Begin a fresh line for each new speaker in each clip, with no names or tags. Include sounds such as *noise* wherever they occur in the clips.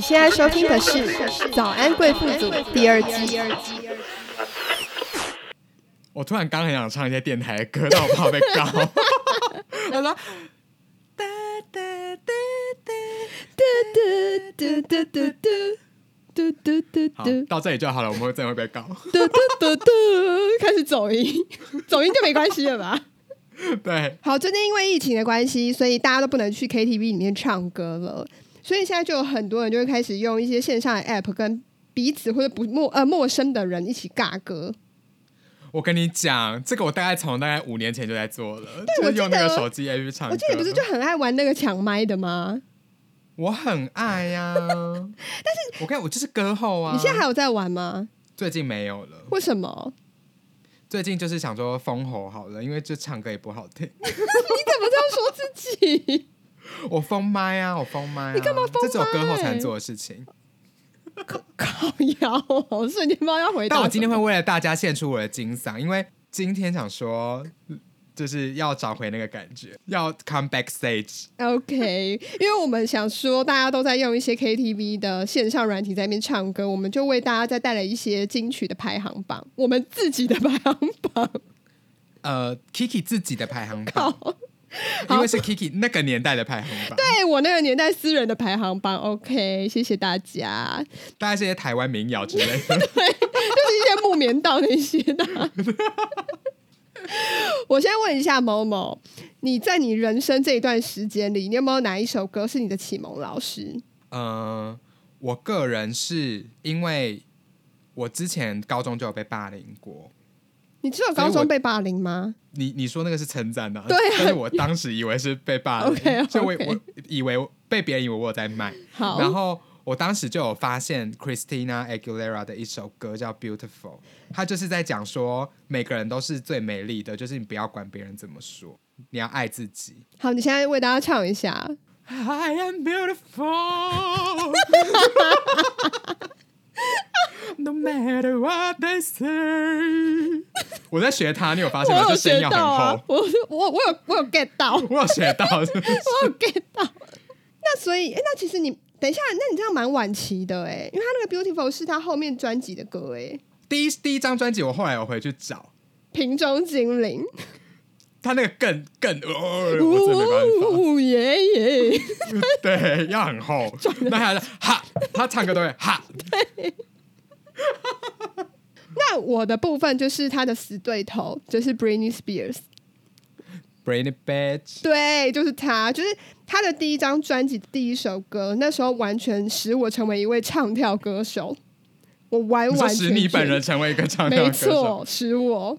现在收听的是《早安贵妇组》第二季。
我突然刚很想唱一些电台的歌，但我怕被告。
*laughs*
我说哒哒哒哒，
嘟嘟嘟嘟嘟嘟嘟嘟
好
嘟，
到这里就好了，我们真的会被告。 *laughs*
嘟嘟嘟嘟，开始走音，走音就没关系了吧？
对，
好，最近因为疫情的关系，所以大家都不能去 KTV 里面唱歌了，所以现在就有很多人就会开始用一些线上的 app 跟彼此或者不陌呃陌生的人一起尬歌。
我跟你讲，这个我大概从大概五年前就在做了，
对
就
我
是
记
用那个
得
手机 APP 唱歌。
我记得你不是就很爱玩那个抢麦的吗？
我很爱呀、
*laughs*
但是我看我就是歌后啊。
你现在还有在玩吗？
最近没有了，
为什么？ *laughs*
最近就是想说封喉好了，因为就唱歌也不好听。 *laughs*
你怎么这样说自己？ *laughs*
我封麦啊，我封麦、啊，
你干嘛封麦
这只有歌后才能做的事情。
靠腰哦，我瞬间不知道要回答什
但
么。
我今天会为了大家献出我的金嗓，因为今天想说，就是要找回那个感觉，要 come back stage。
OK，因为我们想说大家都在用一些 KTV 的线上软体在那边唱歌，我们就为大家再带来一些金曲的排行榜，我们自己的排行榜。 *laughs*
呃，Kiki 自己的排行榜，
靠，
因为是 Kiki 那个年代的排行榜，
对哎我那个年代私人的排行榜。OK，谢谢大家，
大概是一些台湾民谣之类的。
就是一些木棉道那些的。
*laughs*
我先问一下某某，你在你人生这一段时间里，你有没有哪一首歌是你的启蒙老师？
呃，我个人是因为我之前高中就有被霸凌过。
你只有
所以
高
我
中被霸凌吗？
你你说那个是称赞的、
对啊
但是我当时以为是被霸
*laughs* OK，OK
凌，所以我我以为我被别人以为我有在卖，
好，
然后我当时就有发现 Christina Aguilera 的一首歌叫《Beautiful》，她就是在讲说每个人都是最美丽的，就是你不要管别人怎么说，你要爱自己。
好，你现在为大家唱一下。
I am
*laughs*
beautiful. No matter what they say，我 *laughs* 在学她，你有发现吗？
我
就
有
声音
学
要很
到
厚
啊，，我我我有我有 get 到，我
我有学到，是不 *laughs* 是
有 get 到。那所以，诶那其实你等一下，那你这样蛮晚期的哎、因为他那个 Beautiful 是他后面专辑的歌哎、
第一第一张专辑，我后来有回去找，
瓶中精灵，
他那个更更，哦、我真的没办法，
呜耶耶，
*laughs* 对，要很厚。那他哈，他唱歌都会哈，
那我的部分就是他的死对头，就是 Britney Spears，
Brain it Bitch，
对，就是他，就是他的第一张专辑第一首歌，那时候完全使我成为一位唱跳歌手，我完
你说
完
使
全
你
全
本人成为一个唱跳
没
歌手，
错，使我。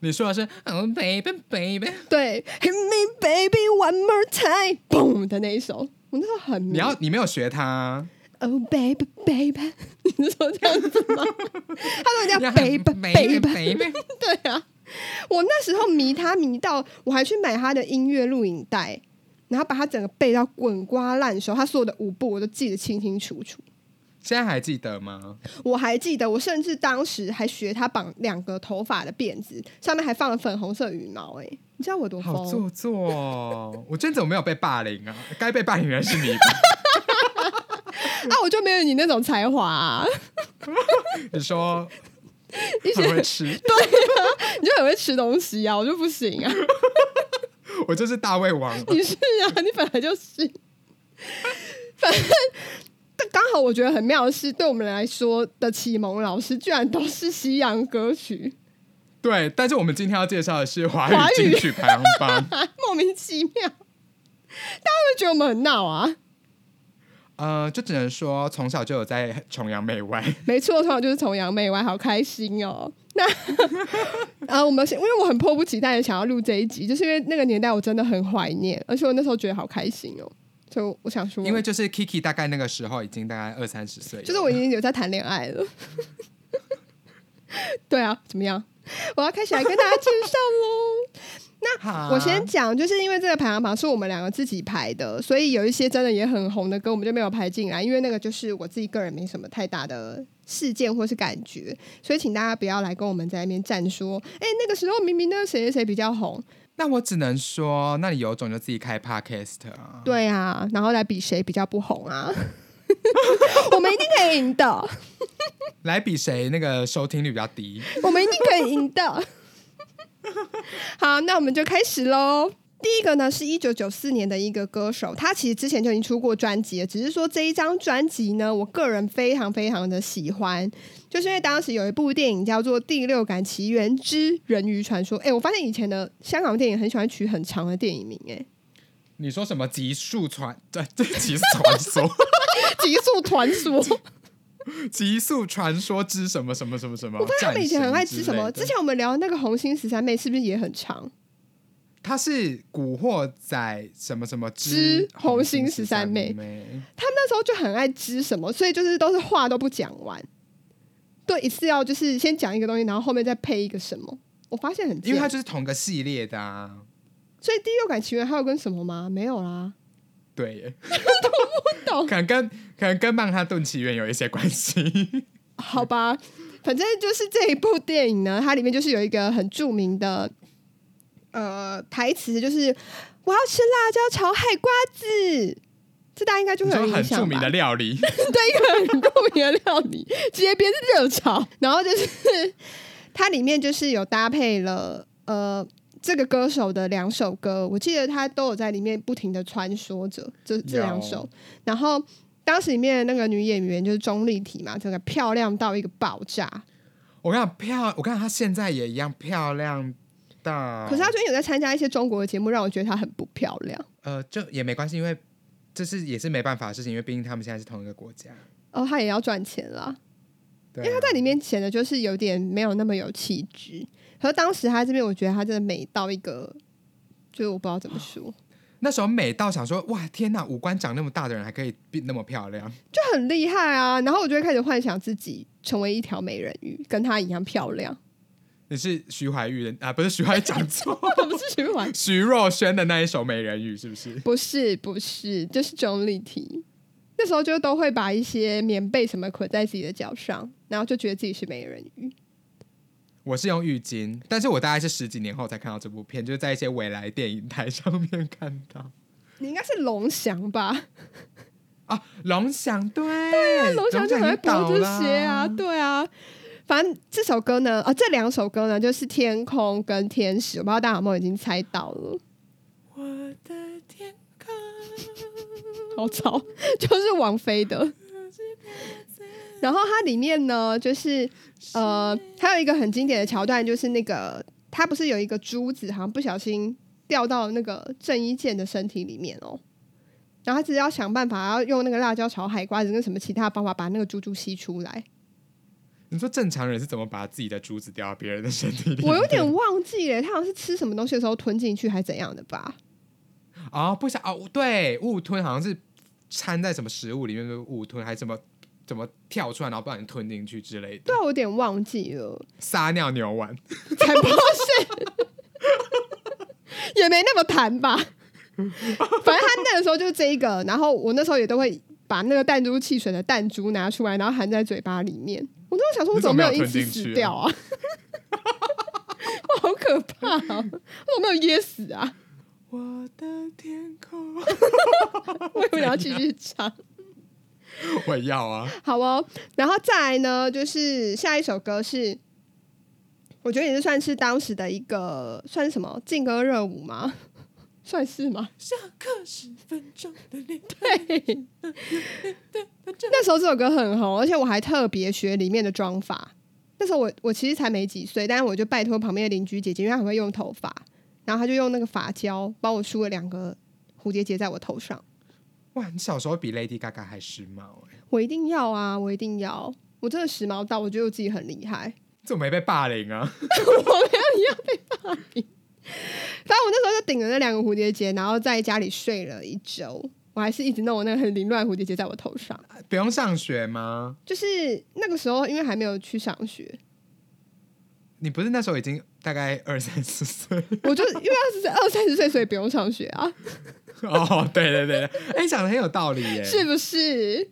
你说的是哦 baby baby，
对，Hit me baby one more time，嘣的那一首，我那时候很迷
你要你没有学他，
Oh baby baby，你 *laughs* 是说这样子
*laughs*
吗？他说人
要
家 baby
baby
baby，对 *laughs* 啊，我那时候迷他迷到，我还去买他的音乐录影带，然后把他整个背到滚瓜烂熟，他所有的舞步我都记得清清楚楚。
现在还记得吗？
我还记得，我甚至当时还学他绑两个头发的辫子，上面还放了粉红色羽毛、欸。哎，你知道我多
好
疯？
做作哦，我真怎么没有被霸凌啊？该被霸凌的人是你吧？
啊，我就没有你那种才华、 *laughs* 啊，
你说
一些
很会吃，
你就很会吃东西啊，我就不行啊。
我就是大胃王，
*laughs* 你是啊，你本来就是。 *laughs* 反正，但刚好我觉得很妙的是，对我们来说的启蒙老师，居然都是西洋歌曲， *laughs*
对，但是我们今天要介绍的是华
华
语
语
金曲排行榜。
啊、莫名其妙。大家会不会觉得我们很闹啊？
*laughs* 呃，就只能说从小就有在崇洋媚外。
没错，通常就是崇洋媚外，好开心哦。 *laughs* 那啊，我们先因为我很迫不及待的想要录这一集，就是因为那个年代我真的很怀念，而且我那时候觉得好开心哦，所以我想说，
因为就是 Kiki 大概那个时候已经大概二三十岁了，
嗯就是我已经有在谈恋爱了。 *laughs* 对啊，怎么样？我要开始来跟大家介绍喽。
哈
啊我先讲，就是因为这个排行榜是我们两个自己排的，所以有一些真的也很红的歌，我们就没有排进来，因为那个就是我自己个人没什么太大的事件或是感觉，所以请大家不要来跟我们在那边站说，哎、那个时候明明那个谁谁谁比较红，
那我只能说，那你有种就自己开 podcast 啊。
对啊，然后来比谁比较不红啊。 *laughs* 我们一定可以赢的，
来比谁那个收听率比较低。
*laughs* 我们一定可以赢的。 *laughs* 好，那我们就开始喽。第一个呢，是一九九四年的一个歌手，他其实之前就已经出过专辑了，只是说这一张专辑呢，我个人非常非常的喜欢，就是因为当时有一部电影叫做《第六感奇缘之人鱼传说》。哎，我发现以前的香港电影很喜欢取很长的电影名，哎，
你说什么极速传？对对，极速传说，
*laughs* 极速传说。
极速传说之什么什么什么什么？
我发现他们以前很爱吃什
战神
么？
之
之
类的
前我们聊那个红星十三妹是不是也很长？
它是古惑仔什么什么
之红星十三妹
妹
他们那时候就很爱知什么，所以就是都是话都不讲完，对，一次要就是先讲一个东西，然后后面再配一个什么。我发现很
因为它
贱，
就是同个系列的啊。
所以第六感奇缘还有跟什么吗？没有啦。
对
*laughs*
耶，
懂
可能跟可能跟曼哈顿起源有一些关系。
好吧，反正就是这一部电影呢，它里面就是有一个很著名的呃台词，就是我要吃辣椒炒海瓜子，这大家应 *laughs* 该就
你
会有
说
印
很
象吧？
著名的料理， *laughs*
对一个很著名的料理，街边是热炒，然后就是它里面就是有搭配了呃这个歌手的两首歌，我记得他都有在里面不停的穿梭着这这两首，然后当时里面的那个女演员就是钟丽缇嘛，整个漂亮到一个爆炸，
我跟你讲漂，我跟你讲她现在也一样漂亮到。
可是她最近有在参加一些中国的节目，让我觉得她很不漂亮。
呃，就也没关系，因为这是也是没办法的事情，因为毕竟他们现在是同一个国家。
哦，她也要赚钱啦，
对啊、
因为她在里面显得就是有点没有那么有气质。可是当时她这边，我觉得她真的美到一个，就是我不知道怎么说。
那时候美到想说，哇，天哪，五官长那么大的人还可以变那么漂亮， *laughs*
就很厉害啊。然后我就会开始幻想自己成为一条美人鱼，跟她一样漂亮。 *laughs*
你是徐怀钰的啊？不是 *laughs* 徐怀讲错， *laughs*
我不是循环，
徐若瑄的那一首《美人鱼》是不是？
不是不是，就是钟丽缇。那时候就都会把一些棉被什么捆在自己的脚上，然后就觉得自己是美人鱼。
我是用浴巾，但是我大概是十几年后才看到这部片，就是在一些未来电影台上面看到 *laughs*
你应该是龙翔吧？
啊。龙翔对，对啊
龙翔就很会播这些啊，对啊。反正这首歌呢，啊，这两首歌呢，就是《天空》跟《天使》，我不知道大家有没有已经猜到了。
我的天空，
好吵， *laughs* 就是王菲的。然后它里面呢，就是呃，还有一个很经典的桥段，就是那个他不是有一个珠子，好像不小心掉到那个郑伊健的身体里面哦。然后他只是要想办法，要用那个辣椒炒海瓜子跟什么其他方法把那个珠珠吸出来。
你说正常人是怎么把自己的珠子掉到别人的身
*laughs*
体里？ *laughs*
我有点忘记了，他好像是吃什么东西的时候吞进去，还怎样的吧？
哦，不想哦，对，误吞好像是掺在什么食物里面的误吞，还是什么怎么跳出来，然后不小心吞进去之类的
对，啊，我有点忘记了，
撒尿牛丸。
才不是， *laughs* 也没那么弹吧。反正他那个时候就是这一个，然后我那时候也都会把那个弹珠汽水的弹珠拿出来，然后含在嘴巴里面。我那时候想说，我怎么没有因此死掉啊？ *laughs* 我好可怕啊！我怎么没有噎死啊？ *laughs*
我的天空， *laughs*
我以为你要继续唱。
我要啊！
好哦，然后再来呢，就是下一首歌是，我觉得也是算是当时的一个算是什么劲歌热舞吗？算是吗？
下课十分钟的恋
对，
爱，这
那时候这首歌很红，而且我还特别学里面的妆法。那时候我我其实才没几岁，但是我就拜托旁边的邻居姐姐，因为她很会用头发，然后她就用那个发胶帮我梳了两个蝴蝶结在我头上。
哇，你小时候比 Lady Gaga 还时髦哎、
我一定要啊，我一定要！我真的时髦到我觉得我自己很厉害。 *laughs*
你怎么没被霸凌啊？
反正我那时候就顶着那两个蝴蝶结，然后在家里睡了一周。我还是一直弄我那个很凌乱的蝴蝶结在我头上， *laughs*
不用上学吗？
就是那个时候因为还没有去上学，
你不是那时候已经大概二三十岁？ *laughs*
我就因为二十二三十岁，所以不用上学啊，
哦，对对对，对哎、讲的很有道理耶、
是不是？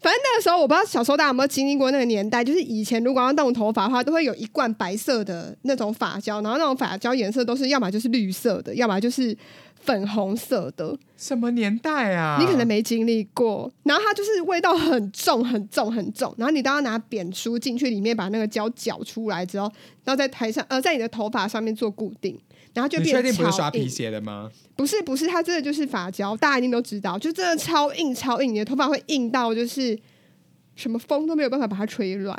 反正那个时候我不知道小时候大家有没有经历过那个年代，就是以前如果要弄头发的话，都会有一罐白色的那种发胶，然后那种发胶颜色都是要么就是绿色的，要么就是粉红色的。
什么年代啊？
你可能没经历过。然后它就是味道很重、很重、很重。然后你都要拿扁梳进去里面把那个胶搅出来之后，然后在台上呃在你的头发上面做固定，然后就
你
变
确
得
定不是
超
刷皮
硬
鞋的吗？
不是不是，它真的就是发胶，大家一定都知道，就真的超硬超硬，你的头发会硬到就是什么风都没有办法把它吹乱。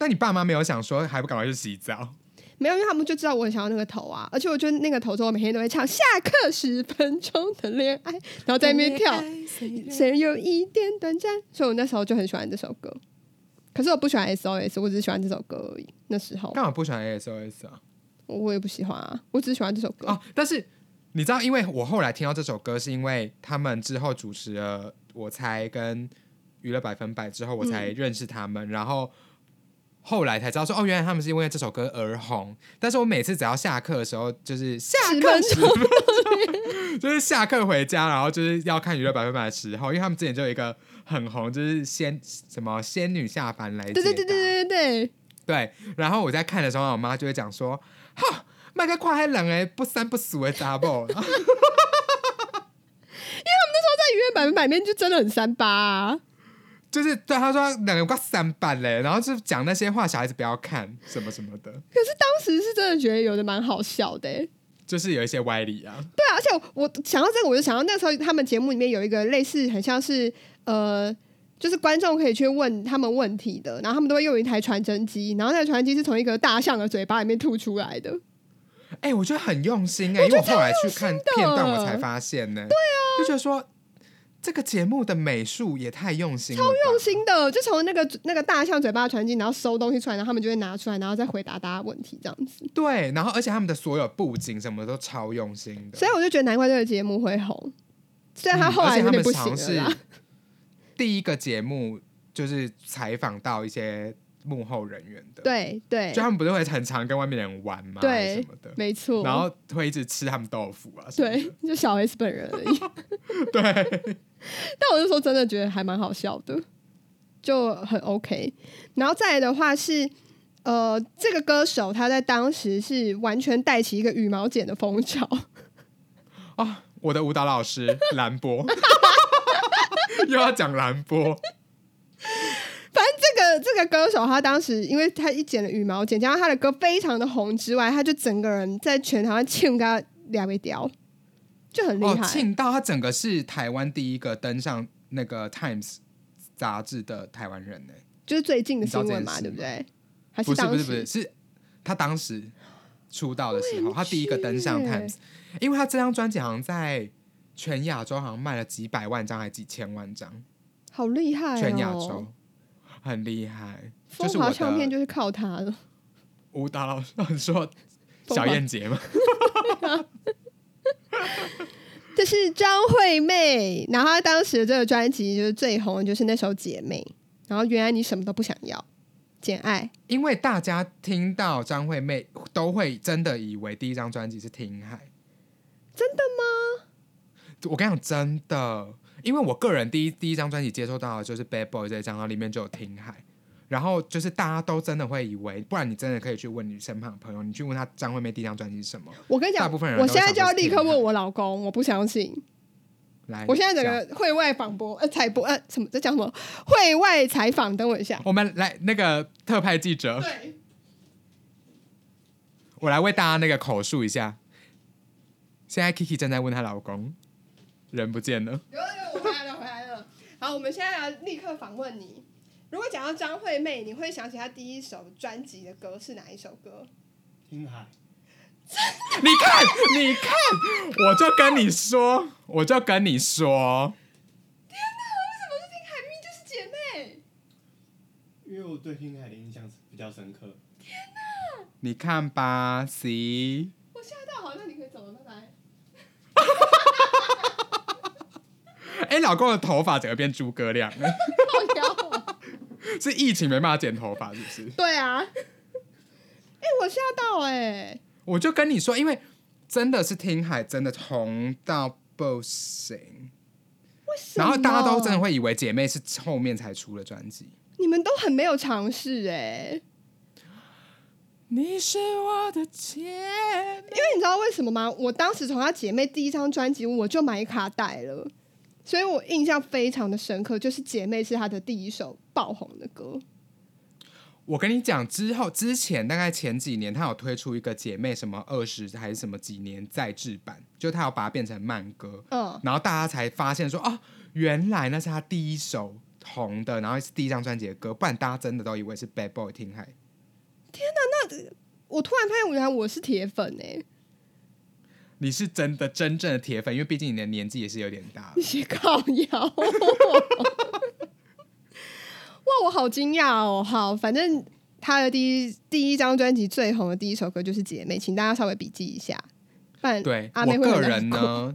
那你爸妈没有想说还不赶快去洗澡？
没有，因为他们就知道我很想要那个头啊，而且我觉得那个头之后，我每天都会唱下课十分钟的恋爱，然后在那边
*laughs*
跳，谁有一点短暂，所以我那时候就很喜欢这首歌。可是我不喜欢 SOS，我只是喜欢这首歌而已。那时候
干嘛不喜欢 ASOS 啊？
我也不喜欢啊，我只是喜欢这首歌。
哦，但是你知道，因为我后来听到这首歌，是因为他们之后主持了《我才》跟《娱乐百分百》之后，我
嗯
才认识他们，然后后来才知道说，哦，原来他们是因为这首歌而红。但是我每次只要下课的时候，就是下
十
课
分
时
钟，
就是下课回家，然后就是要看《娱乐百分百》的时候，因为他们之前就有一个很红，就是仙什么仙女下凡来，
对对对对对对对，
对，然后我在看的时候，我妈就会讲说：“哈，麦克跨海冷哎，不三不四的 double。然后
在音乐百分百里面就真的很三八、啊。”
就是对她说两个挂三板嘞，然后就讲那些话，小孩子不要看什么什么的，
可是当时是真的觉得有的蛮好笑的、欸，
就是有一些歪理啊。
对啊，而且我我想到这个，我就想到那时候他们节目里面有一个类似很像是呃，就是观众可以去问他们问题的，然后他们都会用一台传真机，然后那个传真机是从一个大象的嘴巴里面吐出来的，
哎、我觉得很用心哎、因为我后来去看片段，我才发现呢、对啊，就觉得说这个节目的美术也太用心了吧，超
用心的，就从那个那个大象嘴巴的传真机，然后收东西出来，然后他们就会拿出来，然后再回答大家问题这样子。
对，然后而且他们的所有布景什么的都超用心的，
所以我就觉得难怪这个节目会红，虽然
嗯
他后
而
来
且
有
他
点
们
不
尝
行了啦
试第一个节目就是采访到一些幕后人员的，，
对对
就，他们不是会很常跟外面的人玩吗？
对
还是什么的，
没错。
然后会一直吃他们豆腐啊，什么的
对，就小 S 本人而已。
*laughs* 对，
但我就说真的觉得还蛮好笑的，就很 OK。然后再来的话是，呃，这个歌手他在当时是完全带起一个羽毛剪的风潮， *laughs*
我的舞蹈老师兰波，又要讲兰波，
这个这个歌手他当时因为他一剪了羽毛剪，加上他的歌非常的红之外，他就整个人在全台湾欠个两位雕，就很厉
哦，
害。
庆到他整个是台湾第一个登上那个 Times 杂志的台湾人呢、
就是最近的新闻嘛，
你
对
知道这件事吗
不对？还
不是
当
不
时
是不是，是他当时出道的时候，他第一个登上
OMG
Times，因为他这张专辑好像在全亚洲好像卖了几百万张，还几千万张，
好厉害、哦！
全亚洲很厉害。就
风
是
华
我
唱片
的
就是靠他了。 *laughs*
舞蹈老师你说小燕姐吗？
这是张惠妹，然后她当时的这个专辑就是最红的就是那首《姐妹》，然后原来你什么都不想要，《简爱
因为大家听到张惠妹都会真的以为第一张专辑是《听海》，
真
的吗？我跟你讲，真的，因为我个人第一第一张专辑接收到的就是《Bad Boy》这一张，然后里面就有《听海》，然后就是大家都真的会以为，不然你真的可以去问你身旁的朋友，你去问他张惠妹第一张专辑是什么，》。
我跟你
大
讲
部分，人
我
都
现在就要立刻
想说是
问我老公，我不相信。
来，
我现在
讲
整个会外访播呃采播呃什么在讲什么会外采访，等我一下。
我们来那个特派记者，
对，
我来为大家那个口述一下。现在 Kiki 正在问她老公，人不见了。
有有我回来了回来了。好，我们现在要立刻访问你。如果讲到张惠妹，你会想起她第一首专辑的歌是哪一首歌？
听海，
你看，你看，我就跟你说，我就跟你说，
天哪，为什么是听海明就是姐妹？
因为我对听海的印象是比较深刻。
你看吧，C，
我吓到，好，那你可以走了，拜拜。
哎、老公的头发整个变诸葛亮，哎
靠腰哦
是疫情没办法剪头发，是不是？
*laughs* 对啊，哎、我吓到哎、
我就跟你说，因为真的是听海真的红到不行，
为什么
然后大家都真的会以为姐妹是后面才出的专辑。
你们都很没有尝试哎，
你是我的姐
因为你知道为什么吗？我当时从她姐妹第一张专辑我就买卡带了，所以我印象非常的深刻，就是姐妹是她的第一首爆红的歌。
我跟你讲，之后之前大概前几年，她有推出一个姐妹什么二十还是什么几年再制版，就她要把它变成慢歌，
嗯，
然后大家才发现说哦，原来那是她第一首红的，然后是第一张专辑的歌，不然大家真的都以为是 Bad Boy 听海。
我突然发现原来我是铁粉哎，
你是真的真正的铁粉，因为毕竟你的年纪也是有点大了
你。是靠腰。 *laughs* 哇，我好惊讶哦！好，反正她的第一第一张专辑最红的第一首歌就是《姐妹》，请大家稍微笔记一下。不然
对
阿
我
妹会
个
很难
人
过
呢，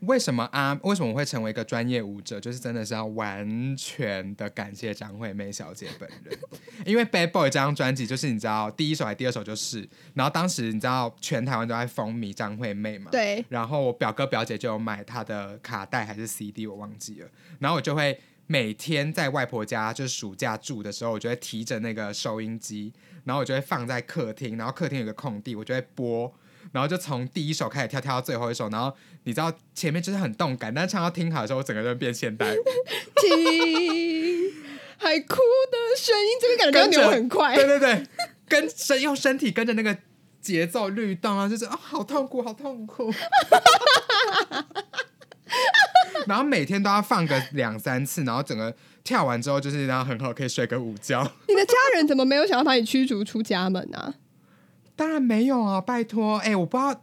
为什么阿、为什么我会成为一个专业舞者，就是真的是要完全的感谢张惠妹小姐本人， *laughs* 因为《Bad Boy》这张专辑就是你知道第一首还第二首就是，然后当时你知道全台湾都在风靡张惠妹嘛，
对，
然后我表哥表姐就有买她的卡带还是 CD，我忘记了。然后我就会每天在外婆家，就是暑假住的时候，我就会提着那个收音机，然后我就会放在客厅，然后客厅有个空地，我就会播。然后就从第一首开始跳，跳到最后一首，然后你知道前面就是很动感，但是唱到听好的时候，我整个人变现代舞，
听海哭的声音，这个感觉
跟
扭
着
很快。
对对对，跟身用身体跟着那个节奏律动啊，就是啊、好痛苦，好痛苦。 *laughs* 然后每天都要放个两三次，然后整个跳完之后，就是然后很好可以睡个午觉。
你的家人怎么没有想要把你驱逐出家门啊？
当然没有啊，拜托，哎、我不知道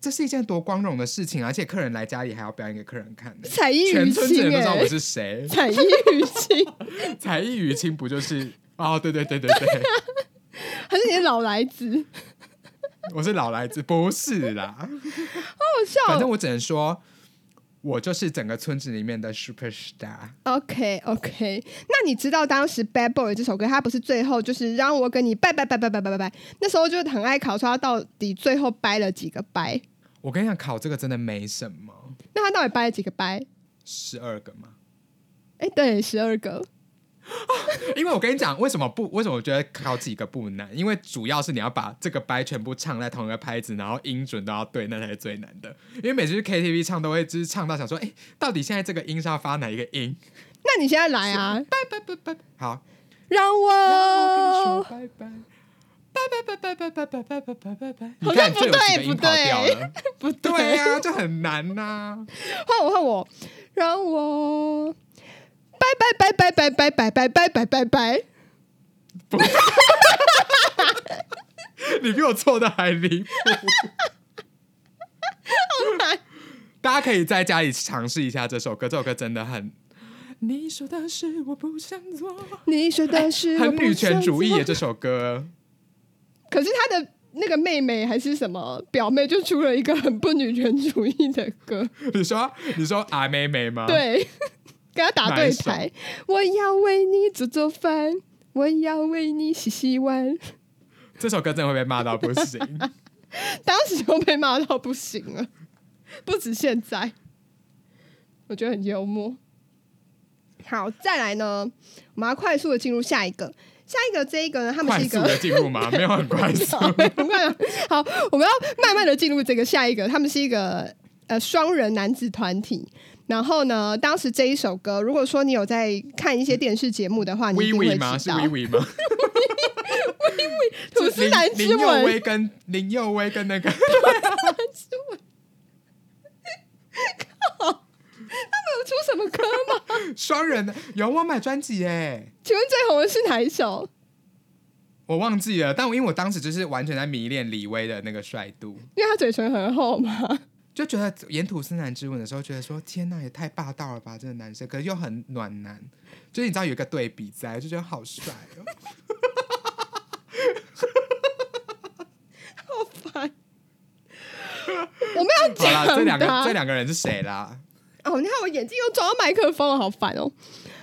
这是一件多光荣的事情啊，而且客人来家里还要表演给客人看呢、
彩衣娱
全村子人
亲
都知道
哎
我，是谁，
彩衣娱亲，
才艺与亲不就是？哦，对对对对对，
还是你的老来子？
我是老来子，不是啦。
好
反
笑哦
正。我只能说，我就是整个村子里面的 super star。
OK OK，那你知道当时《Bad Boy》这首歌，它不是最后就是让我跟你拜拜拜拜拜拜拜拜，那时候就很爱考，说他到底最后掰了几个掰？
我跟你讲，考这个真的没什么，
那他到底掰了几个掰？
十二个嘛。
哎，对，十二个。
因为我跟你讲，为什么不？为什么我觉得考几个不难？因为主要是你要把这个掰全部唱在同一个拍子，然后音准都要对，那才是最难的。因为每次去 KTV 唱都会，就是唱到想说，哎、到底现在这个音是要发哪一个音？
那你现在来啊，
拜拜拜拜，好，
让我
拜拜，拜拜拜拜拜拜拜拜拜拜拜。
好
你
像
看，
不
就有几个音
对不
跑掉
对
了。
*laughs* 不
对啊，就很难呐、
换我换我，让我拜拜拜拜拜拜拜拜拜拜
*laughs*
拜。
你比我错的还离谱。大家可以在家里尝试一下这首歌，这首歌真的很
你说的是我不想做，
你说的是
很女权主义耶。
也，
这首歌
可是他的那个妹妹还是什么表妹，就出了一个很不女权主义的歌，
*laughs* 你说你说阿妹妹吗？，
对， *laughs* 跟他打对台。我要为你做做饭，我要为你洗洗碗。 *laughs*
这首歌真的会被骂到不行。
当时就被骂到不行了， *laughs* 不止现在，我觉得很幽默。好，再来呢，我们要快速的进入下一个，下一个这一个呢， *laughs* 他们
快
是一
速
个
的进入
*laughs*
吗？没有很快速。
好，没关系 *laughs* 好，我们要慢慢的进入这个下一个，他们是一个呃双人男子团体。然后呢，当时这一首歌，如果说你有在看一些电视节目的话，你一
微
定会
微
知
吗？
道。
是
*laughs*
微微吗？
吐司男
林
之
林佑
吻
威，跟林佑威跟那个
出什么歌吗？
双人的有我买专辑耶，
请问最红的是哪一首？
我忘记了。但我因为我当时就是完全在迷恋李威的那个帅度。
因为他嘴唇很厚嘛。
就觉得演吐司男之吻的时候，觉得说天呐，也太霸道了吧！这个男生，可是又很暖男，就是你知道有一个对比在，就觉得好帅哦。
*laughs* 我们要
好
讲
啦，
的
这两
啊
个这两个人是谁啦？
哦，你看我眼睛又装到麦克风了，好烦哦。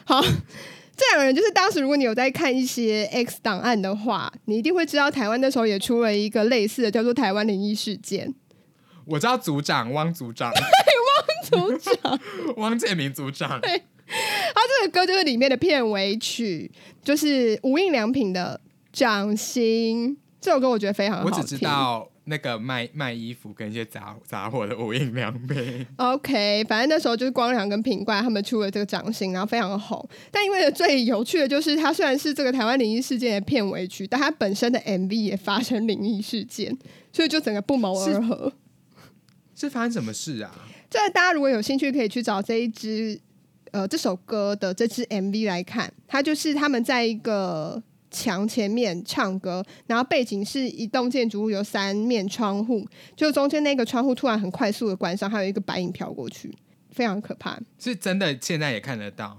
好，这两个人就是当时如果你有在看一些 X 档案的话，你一定会知道台湾那时候也出了一个类似的，叫做台湾灵异事件。
我知道组长汪组长，
组长。
汪建民组长，
他这个歌就是里面的片尾曲，就是无印良品的《掌心》这首歌，我觉得非常好
我
听。
只知道那个卖卖衣服跟一些杂杂货的无印良品，
OK，反正那时候就是光良跟品冠他们出了这个掌心，然后非常红。但因为最有趣的就是，它虽然是这个台湾灵异事件的片尾曲，但它本身的 MV 也发生灵异事件，所以就整个不谋而合。
是发生什么事啊？
这大家如果有兴趣，可以去找这一支呃这首歌的这支 MV 来看。它就是他们在一个墙前面唱歌，然后背景是一栋建筑物有三面窗户，就中间那个窗户突然很快速的关上，还有一个白影飘过去，非常可怕。
是真的现在也看得到，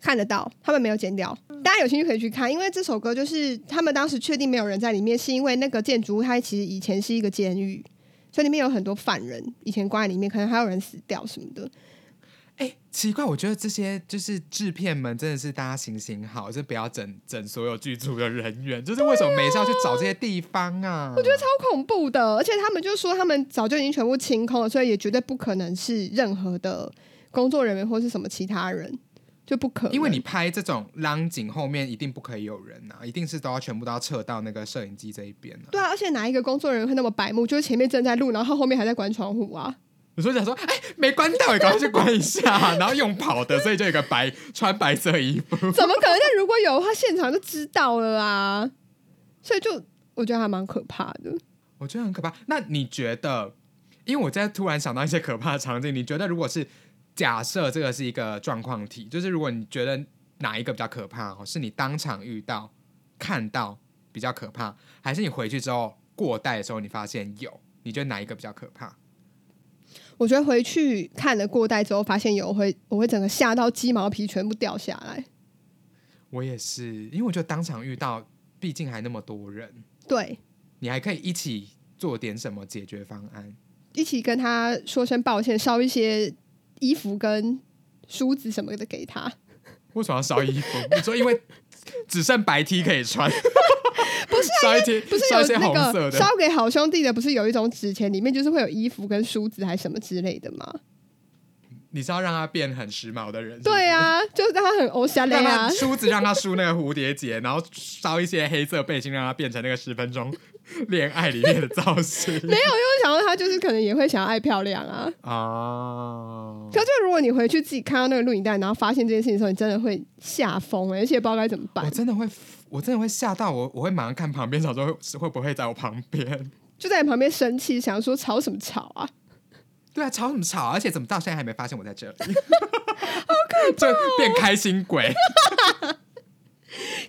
看得到，他们没有剪掉。大家有兴趣可以去看，因为这首歌就是他们当时确定没有人在里面，是因为那个建筑物它其实以前是一个监狱，所以里面有很多犯人以前关在里面，可能还有人死掉什么的。
哎、奇怪，我觉得这些就是制片们真的是大家行行好，就不要整整所有剧组的人员，就是为什么没事要去找这些地方啊？我觉得超
超恐怖的，而且他们就说他们早就已经全部清空了，所以也绝对不可能是任何的工作人员或是什么其他人，就不可能。
因为你拍这种浪景，后面一定不可以有人啊，一定是都要全部都要撤到那个摄影机这一边啊。
对啊，而且哪一个工作人员会那么白目？就是前面正在录，然后后面还在关窗户啊。
有时候想说，哎、没关到，也赶快去关一下，啊然后用跑的，所以就有一个白穿白色衣服。
怎么可能？但如果有的话，现场就知道了啊。所以就我觉得还蛮可怕的。
我觉得很可怕。那你觉得？因为我在突然想到一些可怕的场景，你觉得如果是假设这个是一个状况题，就是如果你觉得哪一个比较可怕哦，是你当场遇到看到比较可怕，还是你回去之后过带的时候你发现有？你觉得哪一个比较可怕？
我觉得回去看了过带之后，发现有会我会整个吓到鸡毛皮全部掉下来。
我也是，因为我觉得当场遇到，毕竟还那么多人，
对，
你还可以一起做点什么解决方案。
一起跟他说声抱歉，烧一些衣服跟梳子什么的给他。
为什么要烧衣服？ *laughs* 你说因为只剩白 T 可以穿，不是、烧一些
不是
烧一
有
些红
那
色
个
的，
烧给好兄弟的，不是有一种纸钱，里面就是会有衣服跟梳子还什么之类的吗？
*laughs* 你是要让他变很时髦的人？是不是
对，啊，就是让他很欧夏嘞
让
啊
他，梳子让他梳那个蝴蝶结，然后烧一些黑色背心，让他变成那个十分钟 *laughs* 恋爱里面的造型
没有，因为想到他就是可能也会想要爱漂亮啊。
哦
可。就如果你回去自己看到那个录影带，然后发现这件事情的时候，你真的会吓疯、欸，而且不知道该怎么办
我，真的会，我真的会吓到我，我会马上看旁边，想说会会不会在我旁边？
就在你旁边生气，想说吵什么吵啊？
对啊，吵什么吵？而且怎么到现在还没发现我在这里？好可
哦
怕、 *laughs* 就变开心鬼。
*laughs*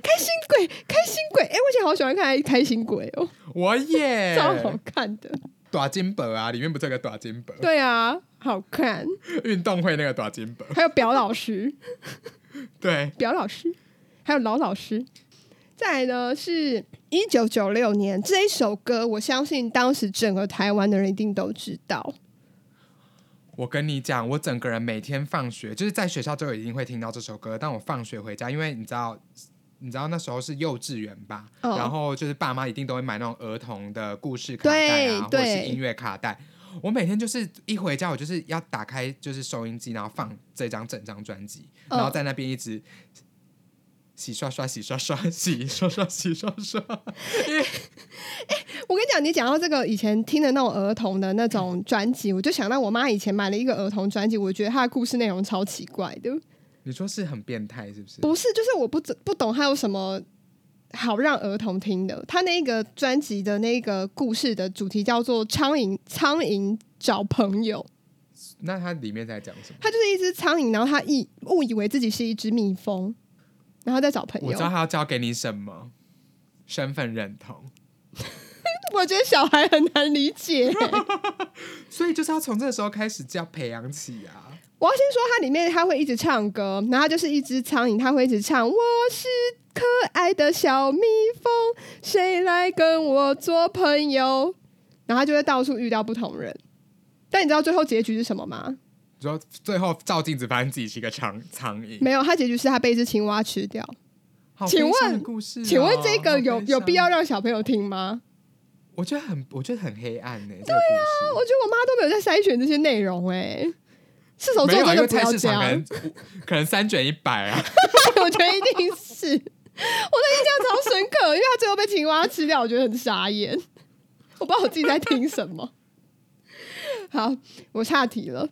开心鬼，开心鬼！哎、我以前好喜欢看开心鬼 *laughs* 哦、
我也
超好看的。
短金箔啊，里面不是有个短金箔？
*laughs* 对啊，好看。
运动会那个短金箔。
还有表老 *laughs* 师，
对，
表老师，还有老老师。再来呢，是一九九六年这一首歌，我相信当时整个台湾的人一定都知道。
我跟你讲，我整个人每天放学就是在学校就已经会听到这首歌，但我放学回家，因为你知道。 *laughs* 你知道那时候是幼稚园吧
哦
然后就是爸妈一定都会买那种儿童的故事卡带啊，或
对
者是
对
音乐卡带。我每天就是一回家，我就是要打开就是收音机，然后放这张整张专辑，
哦
然后在那边一直洗刷刷洗刷刷洗刷刷洗刷刷。
我跟你讲，你讲到这个以前听的那种儿童的那种专辑，我就想到我妈以前买了一个儿童专辑，我觉得她的故事内容超奇怪的，
你说是很变态是不是？
不是，就是我不知不懂她有什么好让儿童听的。她那个专辑的那个故事的主题叫做《苍蝇苍蝇找朋友》，
那它里面在讲
*laughs*
什么？
它就是一只苍蝇，然后它以误以为自己是一只蜜蜂，然后再找朋
我
友
知。道他要教给你什么身份认同，
我觉得小孩很难理解。
*laughs* 所以就是要从这时候开始就要培养起啊。
我要先说，它里面它会一直唱歌，然后它就是一只苍蝇，它会一直唱：“我是可爱的小蜜蜂，谁来跟我做朋友？”然后它就会到处遇到不同人。但你知道最后结局是什么吗？
你说最后照镜子发现自己是一个苍苍蝇，
没有，它结局是它被一只青蛙吃掉。
好
请
悲伤
问
的故事哦、
请问这
好
个
悲
有
伤
有必要？让小朋友听吗？
我觉得
啊
很，我觉得很黑暗呢、这个故事
我觉得我妈都没有在筛选这些内容哎、射手
没
座
有啊，因
真的
为
不
菜
要
市
这
场
样
可，能可能 *laughs* 三卷一百啊，
*laughs* 我觉得一定是。我的印象超深刻，因为他最后被青蛙吃掉，我觉得很傻眼。我不知道我自己在听什么。好，我岔题了。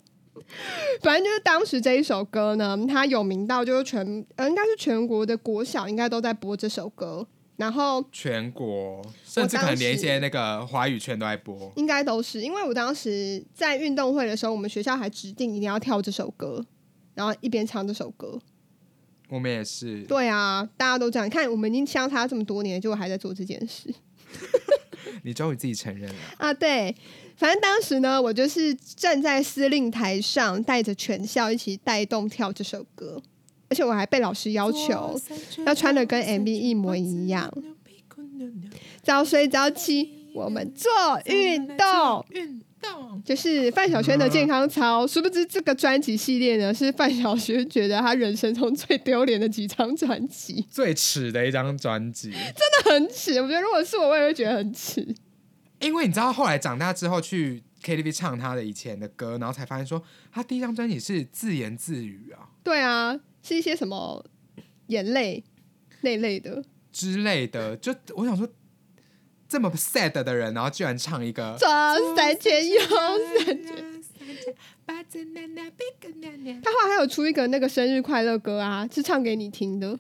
反正就是当时这一首歌呢，它有名到就是全呃，应该是全国的国小应该都在播这首歌，然后
全
*laughs*
国甚至可能连一些那个华语圈都在播。
应该都是，因为我当时在运动会的时候，我们学校还指定一定要跳这首歌，然后一边唱这首歌。
我们也是，
对啊，大家都这样。你看，我们已经相差这么多年，结果还在做这件事
你终于自己承认了。
啊！对，反正当时呢，我就是站在司令台上，带着全校一起带动跳这首歌，而且我还被老师要求要穿得跟 MV 一模一样。早睡早起，我们做运动。
运动，
就是范晓萱的健康操，殊不知这个专辑系列呢，是范晓萱觉得她人生中最丢脸的几张专辑， *laughs*
最耻的一张专辑，
真的很耻。我觉得如果是我，我也会觉得很耻。
因为你知道后来长大之后去 KTV 唱他的以前的歌，然后才发现说他第一张专辑是自言自语啊
对啊，是一些什么眼泪那类的，
之类的，就我想说这么 sad 的人，然后居然唱一个，
左三圈右三圈。
八字奶奶比个奶奶，
他后来还有出一个那个生日快乐歌啊，是唱给你听的。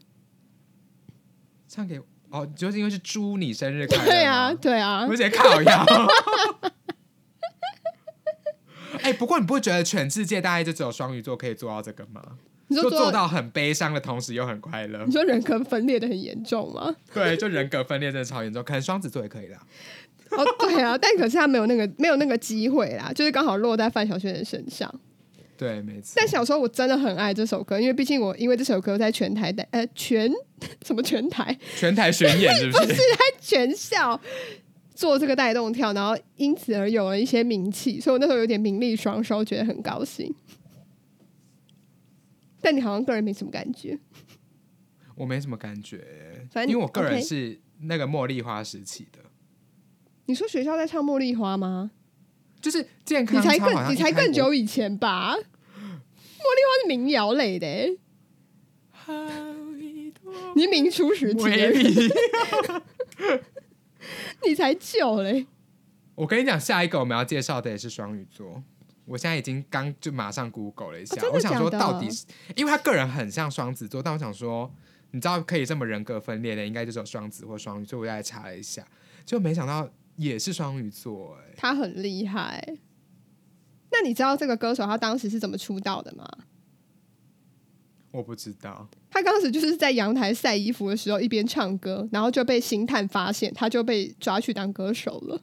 唱给哦，就是因为是祝你生日快乐吗，
对啊，对啊
我，直接靠腰。 *laughs* 哎、不过你不会觉得全世界大概就只有双鱼座可以做到这个吗？
你说
就做
做
到很悲伤的同时又很快乐
你，说人格分裂的很严重吗？ *laughs*
对，就人格分裂真的超严重，可能双子座也可以啦。
哦，对啊，但可是他没有那个没有那个机会啦，就是刚好落在范晓萱的身上。
对，没错。
但小时候我真的很爱这首歌，因为毕竟我因为这首歌在全台的呃全 *laughs* 什么全台
全台巡
*laughs*
演是不是？
全校做这个带动跳，然后因此而有了一些名气，所以我那时候有点名利双收，觉得很高兴。但你好像个人没什么感觉，
我没什么感觉，
反正
因为我个人
OK
是那个茉莉花时期的，
你说学校在唱《茉莉花》吗？
就是健康
你才
操好
更
像
你
一
才
开
更
国
久以前吧，《茉莉花》是民谣类的、欸，
好一朵
你民初时期
威
的，
力。
你才久嘞、
*laughs* 我跟你讲，下一个我们要介绍的也是双鱼座。我现在已经刚就马上 Google 了一下，
哦真的
我想说
假的
到底是，因为他个人很像双子座，但我想说，你知道可以这么人格分裂的，应该就是有双子或双鱼，所以我就来查了一下，就没想到也是双鱼座、哎，
他很厉害。那你知道这个歌手他当时是怎么出道的吗？
我不知道，
他当时就是在阳台晒衣服的时候一边唱歌，然后就被星探发现，他就被抓去当歌手了。